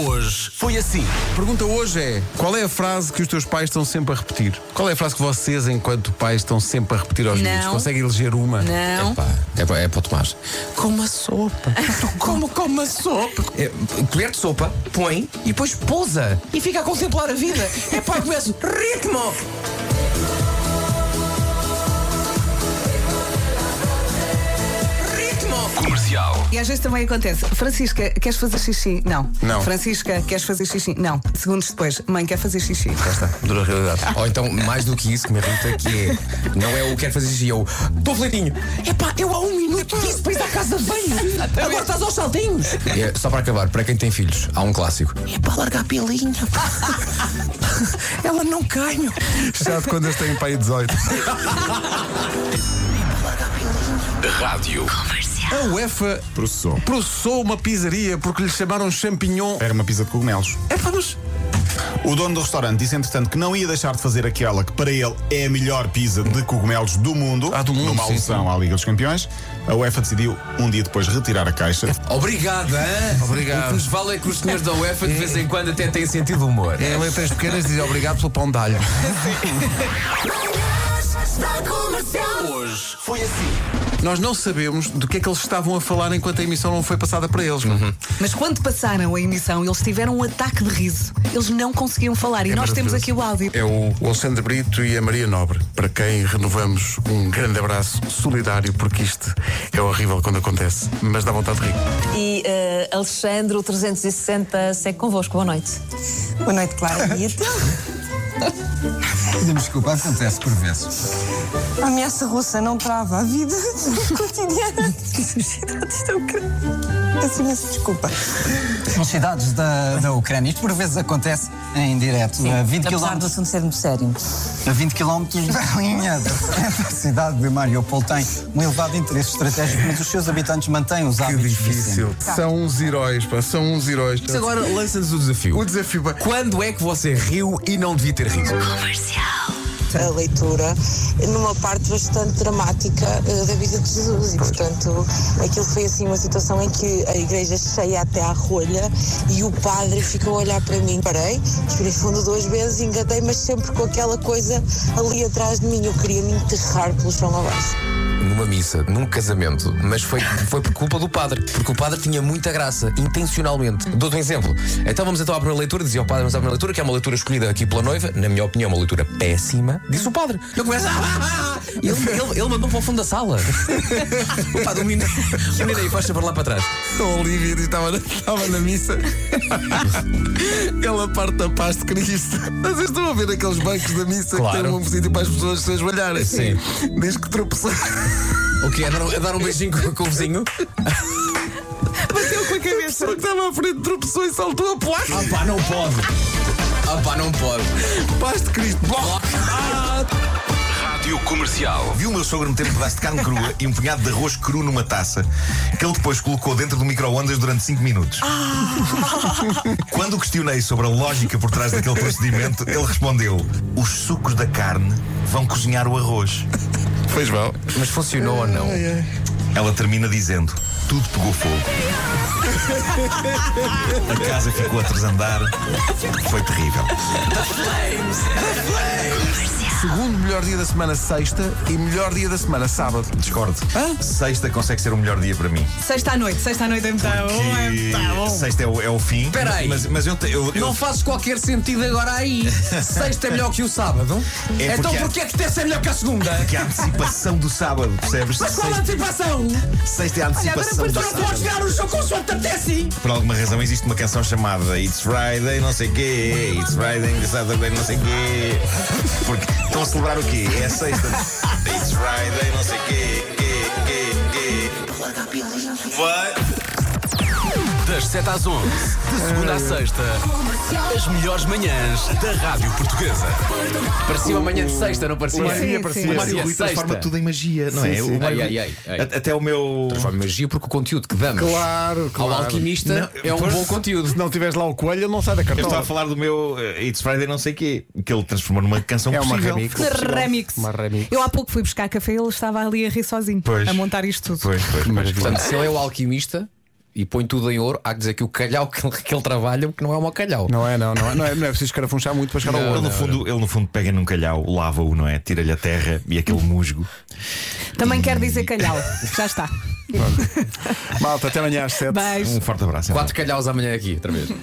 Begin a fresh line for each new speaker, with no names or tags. hoje foi assim.
Pergunta hoje é: qual é a frase que os teus pais estão sempre a repetir? Qual é a frase que vocês, enquanto pais, estão sempre a repetir aos
Não.
miúdos? Consegue eleger uma?
Não.
Epá, É para, é para o Tomás. Como a sopa. Como, como a sopa.
É, colher de sopa, põe e depois pousa e fica a contemplar a vida. É pá, começo ritmo! Ritmo! Comercial.
E às vezes também acontece. Francisca, queres fazer xixi? Não.
Não.
Francisca, queres fazer xixi? Não. Segundos depois, mãe quer fazer xixi.
Cá está, dura realidade. Ou então, mais do que isso, me irrita, que é. Não é o quero fazer xixi, é o. Estou fleitinho! Epá, eu há um minuto disse para ir à casa de banho! Agora estás aos saltinhos! É, só para acabar, para quem tem filhos, há um clássico. É para largar a pilinha! Ela não cai, meu!
Já de quando eles têm pai 18.
Rádio.
A UEFA
Processou.
processou uma pizzaria porque lhe chamaram champignon.
Era uma pizza de cogumelos.
É, pá, mas
O dono do restaurante disse, entretanto, que não ia deixar de fazer aquela que para ele é a melhor pizza de cogumelos do mundo.
Ah, do mundo,
Numa
sim,
alusão à Liga dos Campeões. A UEFA decidiu, um dia depois, retirar a caixa.
Obrigado, hein?
Obrigado.
O que nos vale é que os senhores da UEFA de vez em quando até têm sentido de humor.
em letras pequenas diz obrigado pelo pão de alho.
Hoje foi assim.
Nós não sabemos do que é que eles estavam a falar enquanto a emissão não é? foi passada para eles.
Mas quando passaram a emissão, eles tiveram um ataque de riso. Eles não conseguiam falar. E nós temos aqui o áudio.
É o Alexandre Brito e a Maria Nobre, para quem renovamos um grande abraço solidário, porque isto é horrível quando acontece, mas dá vontade de rir.
E eh, Alexandre, o 360, segue convosco. Boa noite.
Boa noite, Clara. E então?
Desculpa, acontece por vezes.
A ameaça russa não trava a vida cotidiana das sociedades da Ucrânia. Peço imensa desculpa.
São cidades da, da Ucrânia. Isto por vezes acontece em direto, a
Apesar
20
do
quilómetros
assunto ser muito sério.
a 20 km da linha da frente, a cidade de Mariupol tem um elevado interesse estratégico, mas os seus habitantes mantêm os hábitos vicentes.
Tá. São uns heróis, pá, são uns heróis.
Mas agora lança-nos o desafio.
O desafio. pá.
Quando é que você riu e não devia ter rido?
a leitura numa parte bastante dramática eh, da vida de Jesus e portanto aquilo foi assim uma situação em que a igreja cheia até à rolha e o padre ficou a olhar para mim parei, respirei fundo duas vezes engatei mas sempre com aquela coisa ali atrás de mim, eu queria me enterrar pelo chão abaixo
Numa missa, num casamento, mas foi, foi por culpa do padre, porque o padre tinha muita graça, intencionalmente. Dou-te um exemplo. Então vamos então à primeira leitura, dizia o padre, vamos à primeira leitura, que é uma leitura escolhida aqui pela noiva, na minha opinião, uma leitura péssima, disse o padre. Eu começo a. Ele, ele, ele mandou para o fundo da sala. o padre, o menino, o menino aí, faz saber lá para trás.
A Então, Olivia diz, estava na, estava na missa. Ela parte da paz de Cristo. Vocês estão a ver aqueles bancos da missa
Claro.
que têm um sítio para as pessoas se ajoelharem.
Sim.
Desde que tropeçou.
O que é? Dar, um- é dar um beijinho com, com o vizinho?
Bateu com a cabeça.
Só que estava à frente tropeçou e saltou a placa.
Ah pá, não pode. Ah pá, não pode.
Paz de Cristo. Bom.
Rádio Comercial.
Vi o meu sogro meter um pedaço de carne crua e um punhado de arroz cru numa taça que ele depois colocou dentro do micro-ondas durante 5 minutos. Quando o questionei sobre a lógica por trás daquele procedimento, ele respondeu: Os sucos da carne vão cozinhar o arroz.
Pois bom.
Mas funcionou ou não?
Ela termina dizendo: Tudo pegou fogo. A casa ficou a transandar. Foi terrível.
Segundo melhor dia da semana, sexta. E melhor dia da semana, sábado.
Discordo. Sexta consegue ser o melhor dia para mim.
Sexta à noite, sexta à noite é muito
Oh,
bom. É
Que
muito
tá
bom.
Sexta é o, é o fim.
Espera aí.
Mas, mas eu, te- eu, eu
Não faz qualquer sentido agora aí. Sexta é melhor que o sábado.
É
então
porque há-
porquê é que terça é melhor que a segunda?
que a antecipação do sábado, percebes?
Mas qual a antecipação?
Sexta é a antecipação
Tu
do
não podes
sábado.
virar o jogo com sua assim.
Por alguma razão existe uma canção chamada It's Friday, não sei quê, It's Friday, Saturday, não sei quê. Porque estão a celebrar o quê? É a sexta. It's Friday, não sei quê, quê, quê, quê. Vai.
Das 7 às 11, de segunda à sexta, as melhores manhãs da Rádio Portuguesa.
Parecia uma manhã de sexta, não parecia?
Sim, sim.
O Mário
Sim,
Rui
sexta.
transforma tudo em magia, não é? O
Ai,
Mário
ai,
Rui-
ai, ai.
a- Até o meu.
Transforma magia porque o conteúdo que damos
Claro, claro.
ao alquimista é um
pois-
bom conteúdo.
Se não tiveres lá o coelho, ele não sai da
Eu estava
cartola.
a falar do meu eh, It's Friday, não sei quê, que ele transformou numa canção
É uma
possível.
remix.
Remix.
Uma remix.
Eu há pouco fui buscar café e ele estava ali a rir sozinho.
Pois.
A montar isto tudo.
Pois, pois, pois.
Portanto, se ele é o alquimista, e põe tudo em ouro, há que dizer que o calhau que, ele- que ele trabalha, que não é o meu calhau.
Não é, não, não é, não é, não é preciso escarafunchar muito para chegar ao
Ele
ouro.
no, fundo, ele no fundo pega num calhau, lava-o, não é? Tira-lhe a terra e aquele musgo.
Também quer dizer calhau. Já está.
Malta, até amanhã às 7.
Beijo.
Um forte abraço. então.
Quatro calhaus amanhã aqui, outra vez.